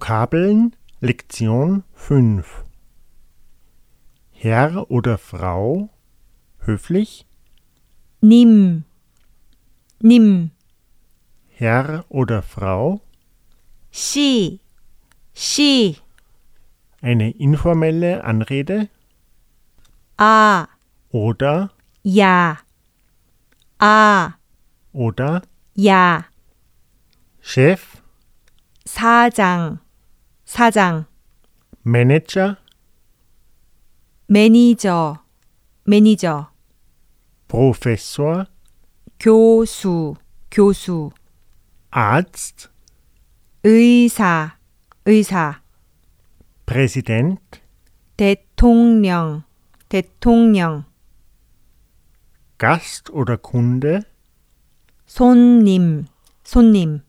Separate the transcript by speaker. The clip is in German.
Speaker 1: Vokabeln Lektion 5 Herr oder Frau höflich
Speaker 2: nimm, nimm,
Speaker 1: Herr oder Frau
Speaker 2: 씨, 씨,
Speaker 1: eine informelle Anrede
Speaker 2: 아,
Speaker 1: oder
Speaker 2: 야, 아,
Speaker 1: oder
Speaker 2: 야,
Speaker 1: Chef
Speaker 2: 사장, 사장,
Speaker 1: Manager
Speaker 2: 매니저, 매니저,
Speaker 1: Professor
Speaker 2: 교수, 교수,
Speaker 1: Arzt
Speaker 2: 의사, 의사,
Speaker 1: Präsident
Speaker 2: 대통령, 대통령,
Speaker 1: Gast oder Kunde
Speaker 2: 손님, 손님.